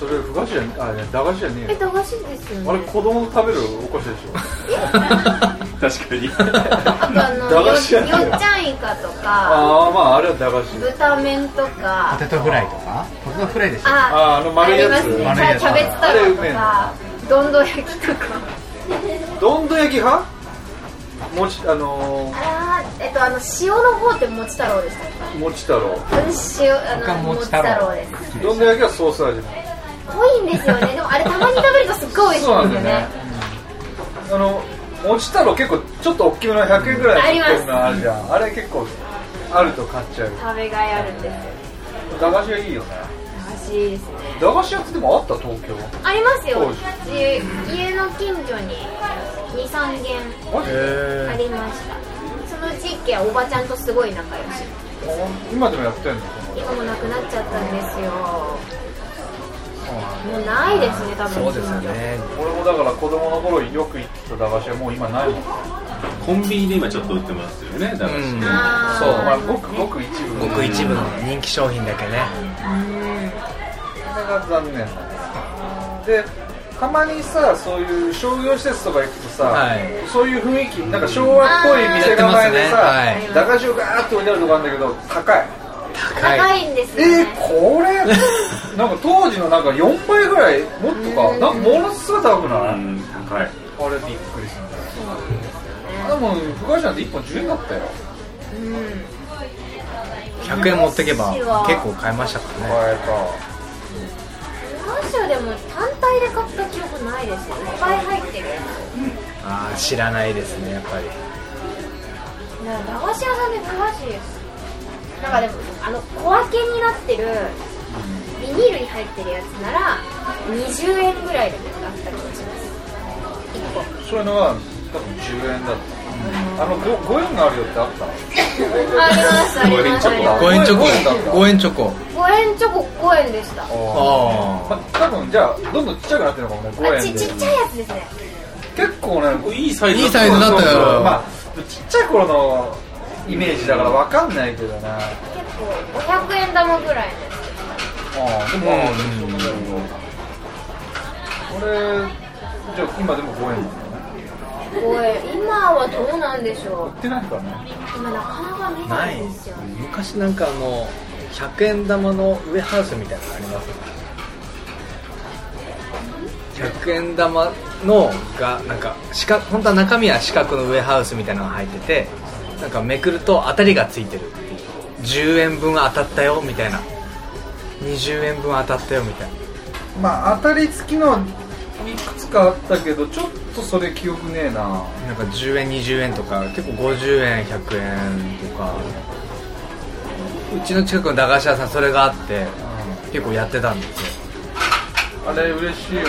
S5: それふ菓子じゃねあいや駄菓子じゃねえ
S6: え
S5: よ
S6: 駄菓子ですよね
S5: あれ子供の食べるお菓子でしょ
S7: 確かに
S6: あとあの
S5: 駄
S6: よよ
S5: 菓
S6: っ
S5: 子じ
S6: ち
S5: ゃない
S6: ゃんイカとか
S5: ああまああれは駄菓子
S6: 豚麺とか
S3: ポテトフライとかポテトフライでしょ
S5: あ
S6: あ
S5: あの丸いやつ
S6: ありますね
S3: 丸いやつ
S6: キャベツ太郎と
S5: あ
S6: かどんどん焼きとか
S5: どんど焼き派もちあの
S6: あーえっとあの塩の方って餅太郎でしたっ
S5: ー、もち太郎
S6: け私塩あ
S4: 僕は
S6: の
S4: 餅
S6: 餅
S4: 太郎
S6: 太郎です
S5: どんど焼きはソース味
S6: 濃いんですよねでもあれたまに食べるとすっごい美味しいんですよね
S5: あのもち太郎結構ちょっと大きめの100円ぐらいの
S6: あります
S5: のあるじゃんあれ結構あると買っちゃう
S6: 食べがいあるんですよ
S5: 駄菓子がいいよね
S6: 美味しいですね
S5: 駄菓子屋ってでもあった東京
S6: ありますよ
S5: そう
S6: 家家の近所に23軒
S5: マジで
S6: ありましたそのうち1軒はおばちゃんとすごい仲良し
S5: 今でもやってんの
S6: 今もなくなっちゃったんですよもうないですね多分
S4: そうですよね
S5: 俺もだから子供の頃よく行ってた駄菓子屋もう今ないもんそう
S7: コンビニで今ちょっと売ってますよね駄菓
S4: うん
S7: 子
S6: あー
S5: まあごくごく一部
S4: ご
S5: こ
S4: く一部の人気商品だけね
S5: れが残念だねでたまにさそういう商業施設とか行くとさ、
S4: はい
S5: そういう雰囲気なんか昭和っぽい店構えでさ、
S4: やってますねはい
S5: 駄菓子をガーッと置いてあるとこあるんだけど高い
S4: 高
S6: 高
S4: い
S6: いんです
S5: えー
S6: よね、
S5: これなんか当時のなんか4倍ぐらいもっとかなんかものすごい高くない、
S7: うん高い
S5: あれびっくりするんだよでも不会社なんて1本10円だったよ
S4: 100円持ってけば結構買えましたからね
S5: 前か
S6: 本州でも単体で買った記憶ないですよねいっぱい入ってるや
S4: ああ知らないですねやっぱり
S6: つなんか駄菓子屋さんで詳しいですなんかでもあの小分けになってるビニールに入ってるやつなら20円ぐらいでもあった気がします 1個
S5: そういうのは多分10円だったあの 5, 5円のあるよってあった
S6: ありますありますありま
S5: 五
S4: 5円チョコ
S5: 五円だった
S4: 5円チョコ
S6: す5円チョコ5円でした
S5: ま
S4: あ
S5: 多分じゃあどんどんちっちゃくなってるのかもね5
S6: あ
S5: 円
S6: ち
S5: で
S6: ちっちゃいやつですね
S5: 結構ね
S7: いいサイズ
S4: いいサイズだったよ
S5: まあちっちゃい頃のイメージだから分かんないけどね
S6: 結構500円玉ぐらいの
S5: あでも、
S4: うん
S5: これじゃあ今でも5円なんだね
S6: 5円今はどうなんでしょ
S5: 売ってないからね
S6: う今なかなか見
S4: あ
S6: な
S4: ないい
S6: ですよね
S4: 昔なんかあの100円玉のウエハースみたいなのありますね100円玉のがなんか四角本当は中身は四角のウエハースみたいなのが入っててなんかめくると当たりがついてるっていう10円分当たったよみたいな20円分当たったよみたいな
S5: まあ当たり付きのいくつかあったけどちょっとそれ記憶ねえな
S4: なんか10円20円とか結構50円100円とかうちの近くの駄菓子屋さんそれがあって結構やってたんですよ
S5: あれ嬉しいよね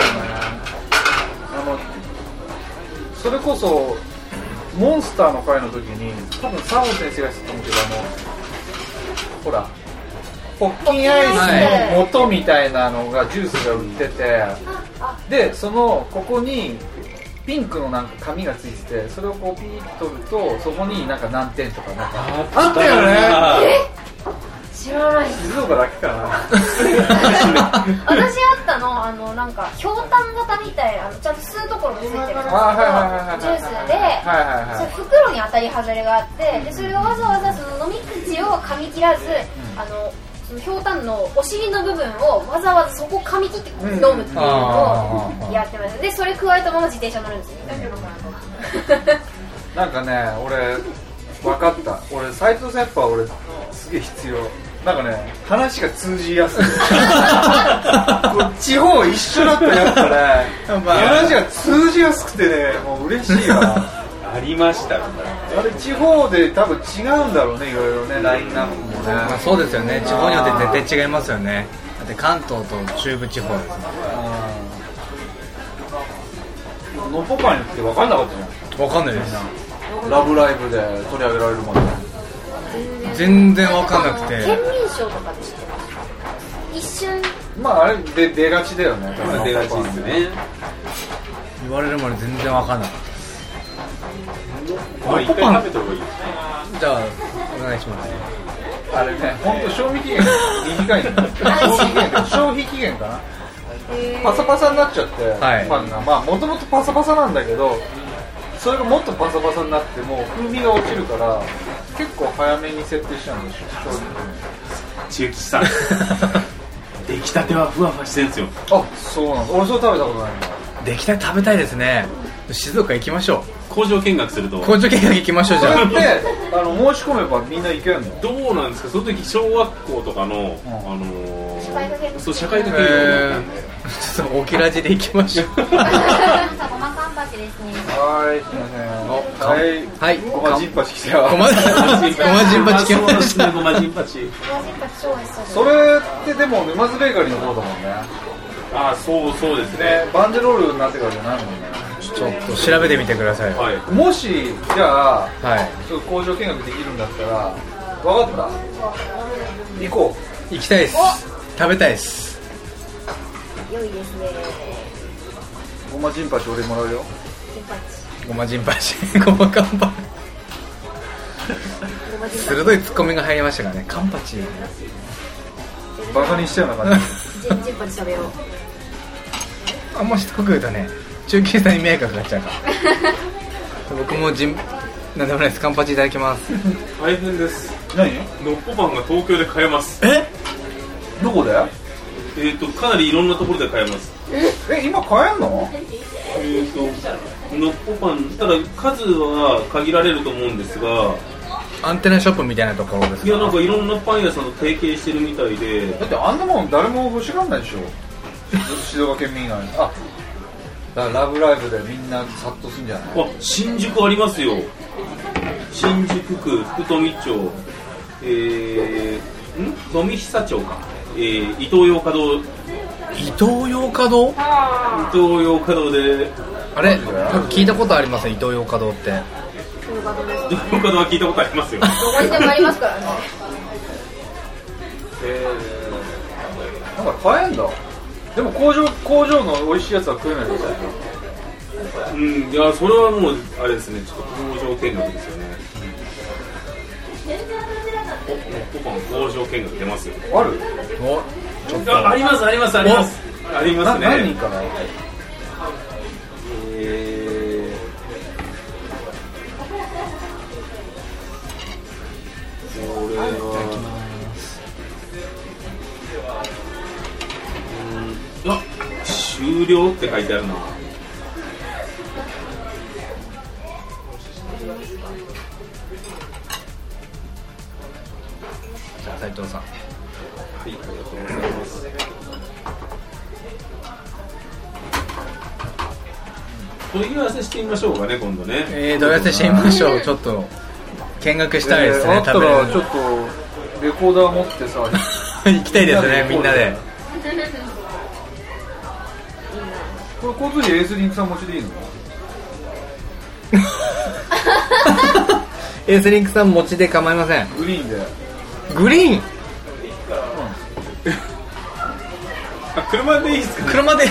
S5: それこそモンスターの回の時に多分サボ先生が言ってたと思うけどあのほらポッキンアイスの元みたいなのがジュースが売っててでそのここにピンクのなんか紙がついててそれをこうピーッと取るとそこになんか何点とかなんか
S7: あったよね
S6: 知らない
S5: 静岡だけか な
S6: 私あったのあのなんかひょうたん型みたいなあのちゃんと吸うところがついてるんですけど
S5: あはいはいはいはい
S6: ジュースで、
S5: はいはいはい
S6: それ袋に当たり外れがあってでそれをわざわざその飲み口を噛み切らず、あのそのひょうたんのお尻の部分をわざわざそこ噛み切って飲むっていうのをやってましたでそれ加えたまま自転車乗るんですよ、
S5: なんかね、俺、分かった、俺、斎藤先輩、俺、すげえ必要、なんかね、話が通じ やすい、これ地方一緒だったらやっぱね、
S4: まあ
S5: 話が通じやすくてね、もう嬉しいわ、
S7: ありました
S5: あれ、地方で多分違うんだろうね、いろいろね、ラインナップもね、
S4: まあ、そうですよね地方によって絶対違いますよねだって関東と中部地方ですね
S5: うんノポパンにって分かんなかったじ
S4: 分かんないです
S5: ゃん、ラブライブで取り上げられるまで。
S4: 全然分かんなくて
S6: 県民賞とかで知ってます一瞬
S5: まああれで出がちだよね。多分
S7: 出がちですね
S4: 言われるまで全然分かんなかっ
S7: まあ一回食べた方がいいですね
S4: たじゃあお願いします
S5: あれね、本当賞味期限短いんだよ消費期限か消費期限かな、パサパサになっちゃって、
S4: はい
S5: パンがまあもともとパサパサなんだけどそれがもっとパサパサになってもう風味が落ちるから結構早めに設定しちゃうんでしょ消費
S7: 千吉さん 出来たてはふわふわしてるんですよ
S5: 期限あそうなんだ俺それ食べたことないんだ
S4: 出来たて食べたい ですね静岡行きましょ
S7: 工場見学すると
S4: う工場見学行きましょう
S5: そ
S4: じ ゃ
S5: れってあの申し込めばみんな行けるの
S7: どうなんですかその時小学校とかの、あのー
S6: 社会科見学
S7: そう社会科
S4: あ
S7: 見
S4: え
S7: 学
S4: ー、ちょっとおきらじで行きましょう
S2: ごまかんぱちですね。
S5: はいすいません
S4: はい
S5: ごまじんぱち来たよ
S4: ごまごまじんばち来ました
S7: ごまじんばち
S6: 和人たち超美味しそうです
S5: それってでも沼津ベーカリーの方だもんね
S7: あそうそうですね
S5: ねバンジェロールになってからじゃないもんね
S4: ちょっと調べてみてください
S7: はい
S5: もしじゃあ
S4: はい
S5: ちょっと工場見学できるんだったら分かった行こ
S4: 行きたいです食べたいです
S6: 良いですね
S5: うごまジンパチ俺もらうよ
S6: 金八
S4: ごまじんぱちごまかんぱ
S6: ごま人た
S4: 鋭いツッコミが入りましたからねカンパチ
S5: バカにしたような 感じ
S6: ち人八食べよう
S4: あんましつこく言うとね中継さんに迷惑かかっちゃうから僕もじんなんでもないですカンパチいただきます
S7: 大変です
S5: 何
S7: のっぽパンが東京で買えます
S4: え
S5: どこで
S7: えっ、とかなりいろんなところで買えます
S5: え今買えんの
S7: えっ、とのっぽパンただ数は限られると思うんですが
S4: アンテナショップみたいなところです
S7: い
S4: か
S7: やなんかいろんなパン屋さんと提携してるみたいで
S5: だってあんなもん誰も欲しがんないでしょ静岡県民以外にあだからラブライブでみんな殺到すんじゃない
S7: あ新宿ありますよ新宿区福富町えー、ん富久町かえー、伊東洋華堂伊
S4: 伊東洋華堂
S7: 東洋華堂で
S4: あれ多分聞いたことありません伊東洋華堂って
S7: 伊東洋華堂は聞いたことありますよ
S6: どこにでもありますからね
S7: え
S5: なんか買えんだでも工場工場の美味しいやつは食えないでしょ
S7: ー、うんいやそれはもうあれですねちょっと工場見学ですよねおのっぽパン工場見学出ますよ
S5: ある
S4: お
S7: あありますありますありますありま
S5: な
S7: す
S5: 何人
S7: ね
S5: かな
S7: えー、これはうーんあ終了って書いてあるな
S4: じゃあ斉藤さん
S7: はい、ありがとうございます。問い合わせしてみましょうかね、今度ね。
S4: えー、どうやってしてみましょうちょっと見学したいです
S5: えーあ
S4: ね
S5: った
S4: 食べ
S5: ら
S4: る
S5: ちょっとレコーダー持ってさ
S4: 行きたいですねみんなで
S5: これ交通費エースリンクさん持ちでいいの
S4: エースリンクさん持ちで構いません
S5: グリーンで
S4: グリーン
S7: あ車でいいですか
S4: 車で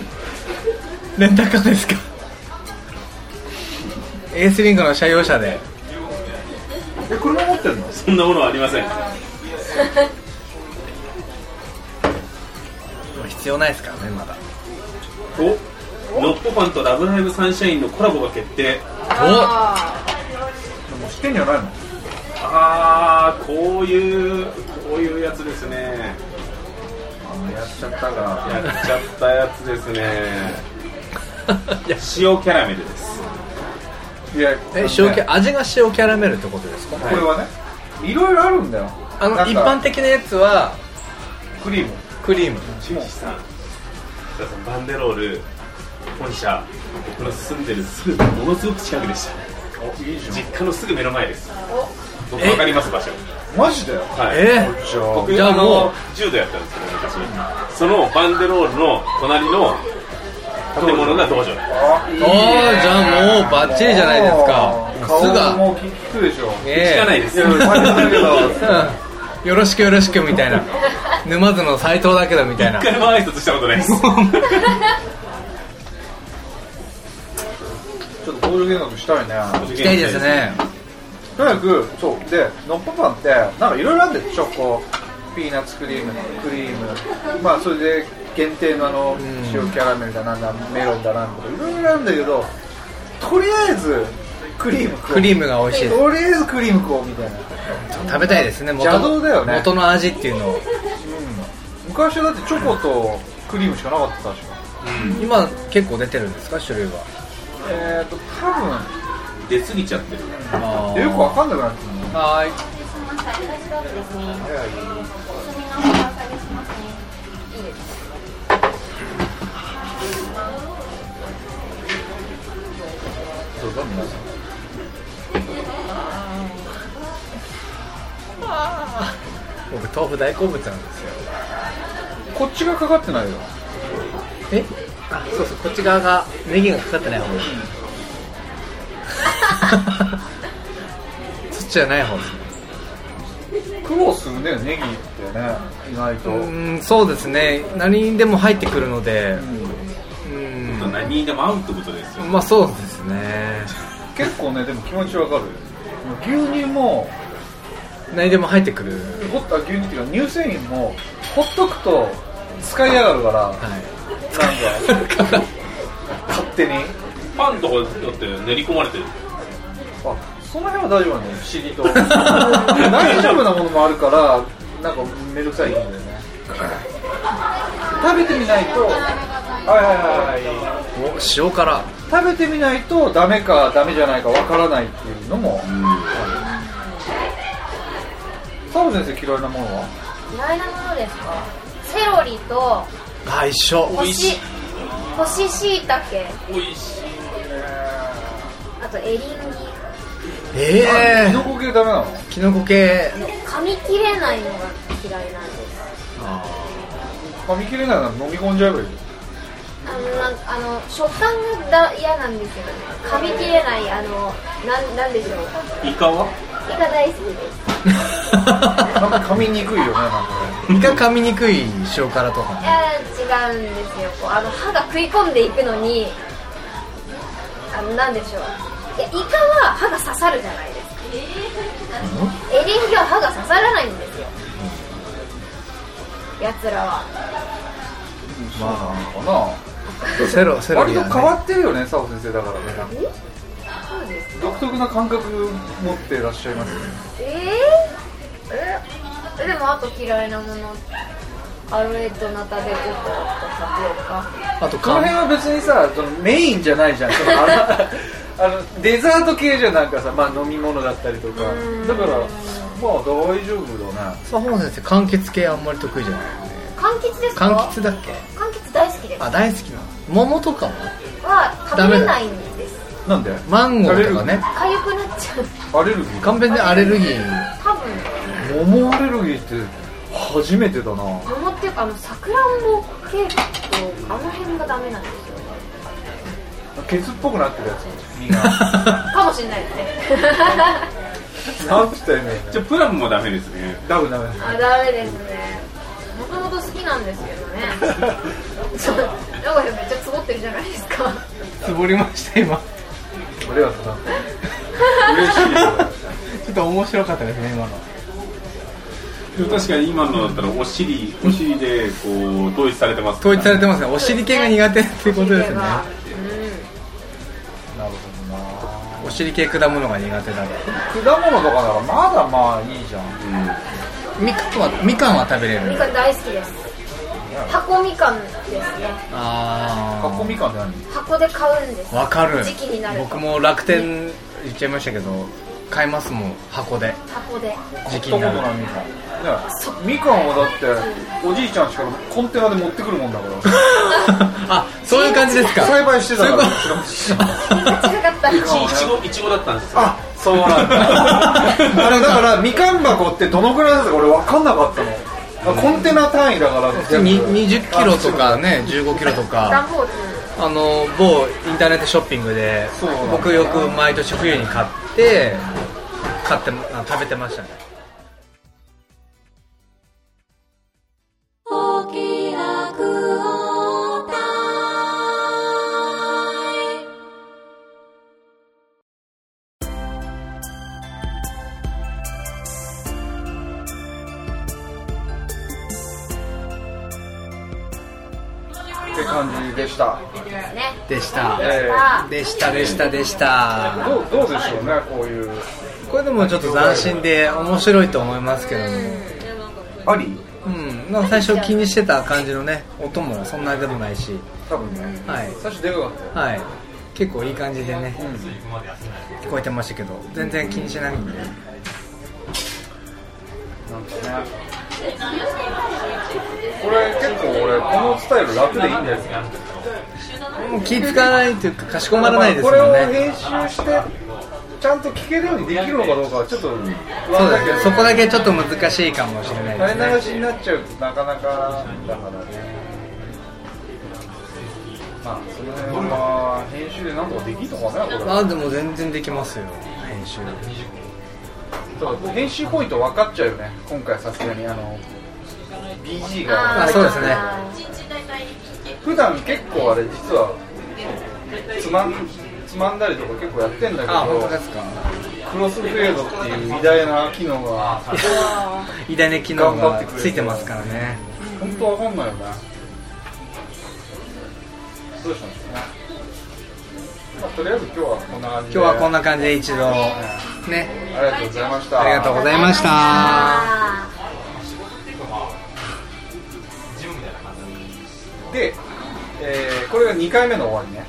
S4: レンタカーですかエースリンクの車用車で
S5: え車持ってんの
S7: そんなものはありません
S4: 必要ないですからねまだ
S7: おノッポパンと「ラブライブサンシャイン」のコラボが決定
S5: もうしてんじゃないの
S7: ああこういうこういうやつですね
S5: あやっちゃった
S7: や
S5: が
S7: っちゃったやつですね
S4: お いや
S7: 塩キャラメルです
S5: いや
S4: え塩キャ味が塩キャラメルってことですか
S5: これはねいろいろあるんだよ
S4: あの
S5: なんか
S4: 一般的なやつは
S5: クリーム
S4: クリーム
S7: 中止さん北さんバンデロール本社僕の住んでるすぐものすごく近くでした
S5: おいいじゃ
S7: 実家のすぐ目の前です僕わかります場
S5: ん
S7: 所
S5: マジだよ
S7: はい
S4: え
S5: じゃあ
S7: 僕
S4: じゃあ
S7: あ
S4: もう
S7: の柔道やったんですけど昔そのバンデロールの隣の建物が道場
S5: あいい
S4: お
S5: ね
S4: ーじゃあもうバッチリじゃないですか
S5: 顔
S4: すが
S5: も聞くでしょ
S4: え
S7: 聞かない
S4: で
S7: です
S5: い やまあだけど
S4: すよろしくよろしくみたいな沼津の斎藤だけどみ たいな
S7: 一回も挨拶したことないです
S5: ちょっと工場見学したいね
S4: 行きたいですね
S5: とにかくそうでのっぽパンってなんかいろいろあるんだよチョコピーナッツクリームクリームまあそれで限定のあの塩キャラメルだなんだメロンだなんだいろいろあるんだけどとりあえずクリーム食おう
S4: クリームが美味しいです
S5: とりあえずクリーム食おうみたいな
S4: 食べたいですね元の
S5: 邪道だよね
S4: 元の味っていうのを
S5: 昔はだってチョコとクリームしかなかった確か
S4: 今結構出てるんですか種類は
S5: えっ、ー、と多
S7: 出過ぎちゃってる
S4: あ
S5: 分よくわかんなくなってき
S4: くはい
S5: たどうぞ皆さん
S4: 僕豆腐大好物なんですよ
S5: こっちがかかってないよ
S4: えあそうそうこっち側がネギがかかってない 方そっちじゃない方ですね
S5: 苦労するねネギってね意外と、
S4: うんそうですね何にでも入ってくるのでうん
S7: 何にでも合うってことですよ
S4: まあそうですね
S5: 結構ねでも気持ちわかる牛乳も
S4: 何にでも入ってくる
S5: ほっあ牛乳っていうか乳製品もほっとくと使いやがるからなんか
S4: はい
S5: 勝手に
S7: パンとかだって練り込まれてる
S5: あその辺は大丈夫なんだよ不思議と 大丈夫なものもあるからなんかめんどくさいんだよね食べてみないとはいはいはいはい
S4: お塩辛
S5: 食べてみないとダメかダメじゃないかわからないっていうのも澤部先生嫌いなものは
S6: 嫌いなものですかセロリと
S4: あ一緒
S6: 干
S7: しい
S6: し干し椎茸
S7: 美味しい
S6: あとエリンギ
S4: ええ
S5: キノコ系ダメなの
S4: キノコ系
S6: 噛み切れないのが嫌いなんです
S5: 噛み切れないなら飲み込んじゃえばいいよ
S6: あのなんかあの食感がだ嫌なんですよね噛み切れないあのなんなんでしょう
S7: イカは
S6: イカ大好きです
S5: なんか噛みにくいよねなんか
S4: イカ噛みにくい塩辛とか
S6: い
S4: ね
S6: や違うんですよこうあの歯が食い込んでいくのにあのなんでしょういやイカは歯が刺さるじゃないですかエリンギは歯が刺さらないんですよやつらは
S5: まあなの
S4: セロセ
S5: かな
S4: ロ
S5: 割
S4: リ
S5: と
S4: は、
S5: 変
S4: ね、
S5: わってるよね澤先生だからね
S6: そうです
S5: 独特な感覚持ってらっしゃいますね
S6: えー、えでもあと嫌いなものアロエどなたでごととタピオカ
S4: あと
S5: この
S4: か
S5: 辺は別にさそのメインじゃないじゃんそのあらあのデザート系じゃんなんかさ、まあ、飲み物だったりとかだからまあ大丈夫だね
S4: サホン先生柑橘系あんまり得意じゃない
S6: 柑橘ですか
S4: 柑橘だっけ
S6: 柑橘大好きです
S4: あ大好きなの桃とかも
S6: は食べれないんです
S5: なんで
S4: マンゴーとかね
S6: 痒くなっちゃう
S5: アレルギー
S4: 完璧にアレルギー
S6: 多分
S5: 桃アレルギーって初めてだな
S6: 桃っていうかあのさくらんぼ系とあの辺がダメなんですよね
S5: ケツっぽくなってるや つ身が
S6: かもしれないですね
S5: なんつったらいいんだろうね
S7: じゃあプラムもダメですね
S5: ダブダブ
S6: あダメですねもともと好きなんですけどね ちょっと名古屋めっちゃつぼってるじゃないですか
S4: つぼりました今
S5: ありがとうな
S7: 嬉しい
S4: ちょっと面白かったですね今の
S7: でも確かに今のだったらお尻お尻でこう統一されてます
S4: 統一されて
S7: ま
S4: ますねお尻系が苦手っていうことですねお尻系果物が苦手だから
S5: 果物とかならまだまあいいじゃん
S7: す、うん
S4: みかんはみかんは食べれ
S6: み
S4: る
S6: かん大好きです箱みかんですね
S4: あ
S5: 箱みかんって何
S6: 箱で買うんです
S4: わかる
S6: 時期になると
S4: 僕も楽天行っちゃいましたけど買いますもん箱 で
S6: 箱で
S4: 時期
S5: 買
S4: に
S5: っ
S4: な
S5: たこ
S4: る
S5: とないみかんねえみかんはだっておじいちゃんしかコンテナで持ってくるもんだから
S4: あそういう感じですか
S5: 栽培してたか
S4: そ
S5: ら
S4: ういうこと
S6: 違かった
S7: いちいちごいちごだったんですよ
S5: あそうなん だあれだからみかん箱ってどのくらいだったか俺分かんなかったのコンテナ単位だから
S4: に20キロとかね15キロと
S6: 段
S4: か
S6: ボール
S4: あの某インターネットショッピングで
S5: そうなんだ
S4: 僕よく毎年冬に買って買ってもあ食べてましたね
S5: って感じでした
S6: ですね
S4: でした
S5: え
S4: でしたでしたでした
S5: どうどうでしょうねこういう
S4: これでもちょっと斬新で面白いと思いますけどね
S5: あり
S4: うん、なんか最初気にしてた感じのね音もそんなでもないし
S5: 多分ね
S4: はい
S5: 最初でかかったよ
S4: はい結構いい感じでね、聞こえてましたけど全然気にしないんで
S5: なんかねこれ結構俺このスタイル楽でいいんだよね
S4: もう気使わないというかかしこまらないです
S5: こ
S4: も
S5: れを
S4: んね
S5: 編集してちゃんと聞けるようにできるのかどうかはちょっと不
S4: そ
S5: 安
S4: うで
S5: だ
S4: す
S5: け
S4: ね
S5: ど
S4: そこだけちょっと難しいかもしれないです
S5: 垂れ流
S4: ね
S5: しになっちゃうとなかなかだからねまあその辺は編集でなんとかできるのかなこれ
S4: あでも全然できますよ編集
S5: だから編集ポイント分かっちゃうよね今回さすがにあの BG が
S4: あそうですね
S5: 普段結構あれ実はつまんつまんだりとか結構やってんだけ
S4: あ本当で
S5: ど
S4: すか
S5: クロスフェードっていう偉大な機能が
S4: 偉大な機能がついてますからね
S5: 本当わかんないよねどうしたんですかね、まあ、とりあえず今日はこんな感じで
S4: 今日はこんな感じで一度ね
S5: ありがとうございました
S4: ありがとうございました
S6: あ
S5: で、えーこれが2回目の終わりね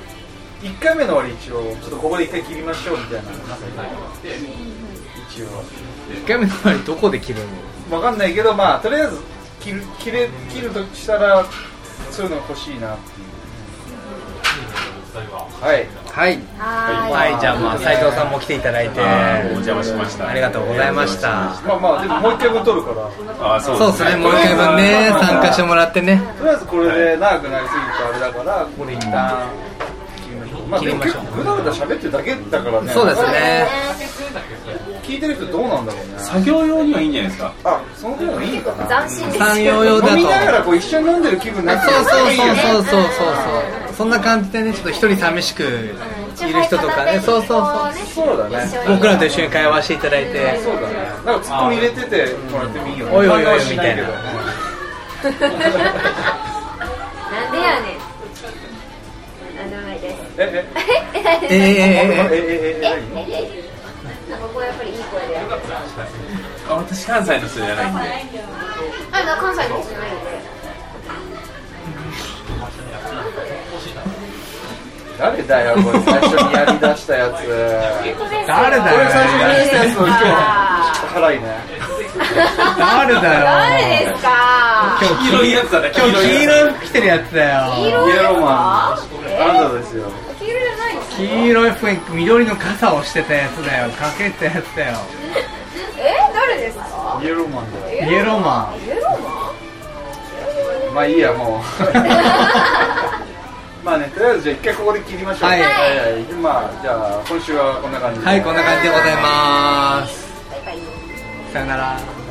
S5: 1回目の終わり一応ちょっとここで1回切りましょうみたいななんか一応
S4: 1回目の終わりどこで切るの
S5: わかんないけどまあとりあえず切る切れ切るとしたらそういうの欲しいなっていうはい
S4: はい
S6: ーはーい
S4: はい、じゃあまあ斉藤さんも来ていただいて、
S7: あーお邪魔しました
S4: ありがとうございました。
S5: まあまあでももう一回も撮るから
S7: あそう
S4: そうですね、もう一回分ね、参加してもらってね。
S5: とりあえずこれで長くなりすぎるとあれだからこれ一旦切りましょうまあでも結構ぐだぐだ喋ってるだけだからね
S4: そうですね。
S5: 聞いてる人どうなんだろうね
S7: 作業用にはいいんじゃないですか
S5: あその方がいいのかな
S6: 斬新です
S4: 産業用だ
S5: 飲
S4: と。
S5: みながらこう一緒に飲んでる気分になって
S4: そうそうそうそううそうそうそう。そんな感じでね、ちょっと一人寂しくいる人とかね、そうそうそう。
S5: そうだね
S6: う
S4: 僕らと一緒に会話していただいて、
S5: そうだねなんかツッコミ入れててもらってもいいよね
S4: おいおいおい
S5: 反応はしけど
S4: みたい
S6: なんでやねんなんでもないです
S5: え
S4: えええええ
S5: ええ
S4: え
S5: ええええ
S6: ここはやっぱりいい声でやる
S7: あ私関西の人じゃないんで
S6: あな関西の人じゃないんで
S5: 誰だよこれ最初にやりだしたやつこれ
S4: 誰だよ
S5: 最初にやりだしたやつを今日
S6: あ
S5: 払いね
S4: 誰だ
S6: 誰
S4: よ
S6: ですか
S4: 今
S7: 黄
S4: 日
S7: 色いやつだね
S4: 今日黄
S7: い
S4: 色い服着てるやつだ
S6: 黄
S4: よ
S6: 色
S5: イエ
S6: です
S5: ローマン
S6: か
S5: あなたですよ
S6: 黄色じゃないです
S4: 黄色い服に緑の傘をしてたやつだよかけてたやつだよ
S6: え誰です か
S5: イエローマンだよ
S4: イエローマン
S5: まあいいやもうまあねとりあえずじゃあ一回ここで切りましょう
S4: はいはいはい
S5: でまあじゃあ今週はこんな感じで
S4: はいこんな感じでございます
S6: バイバイ
S4: さよなら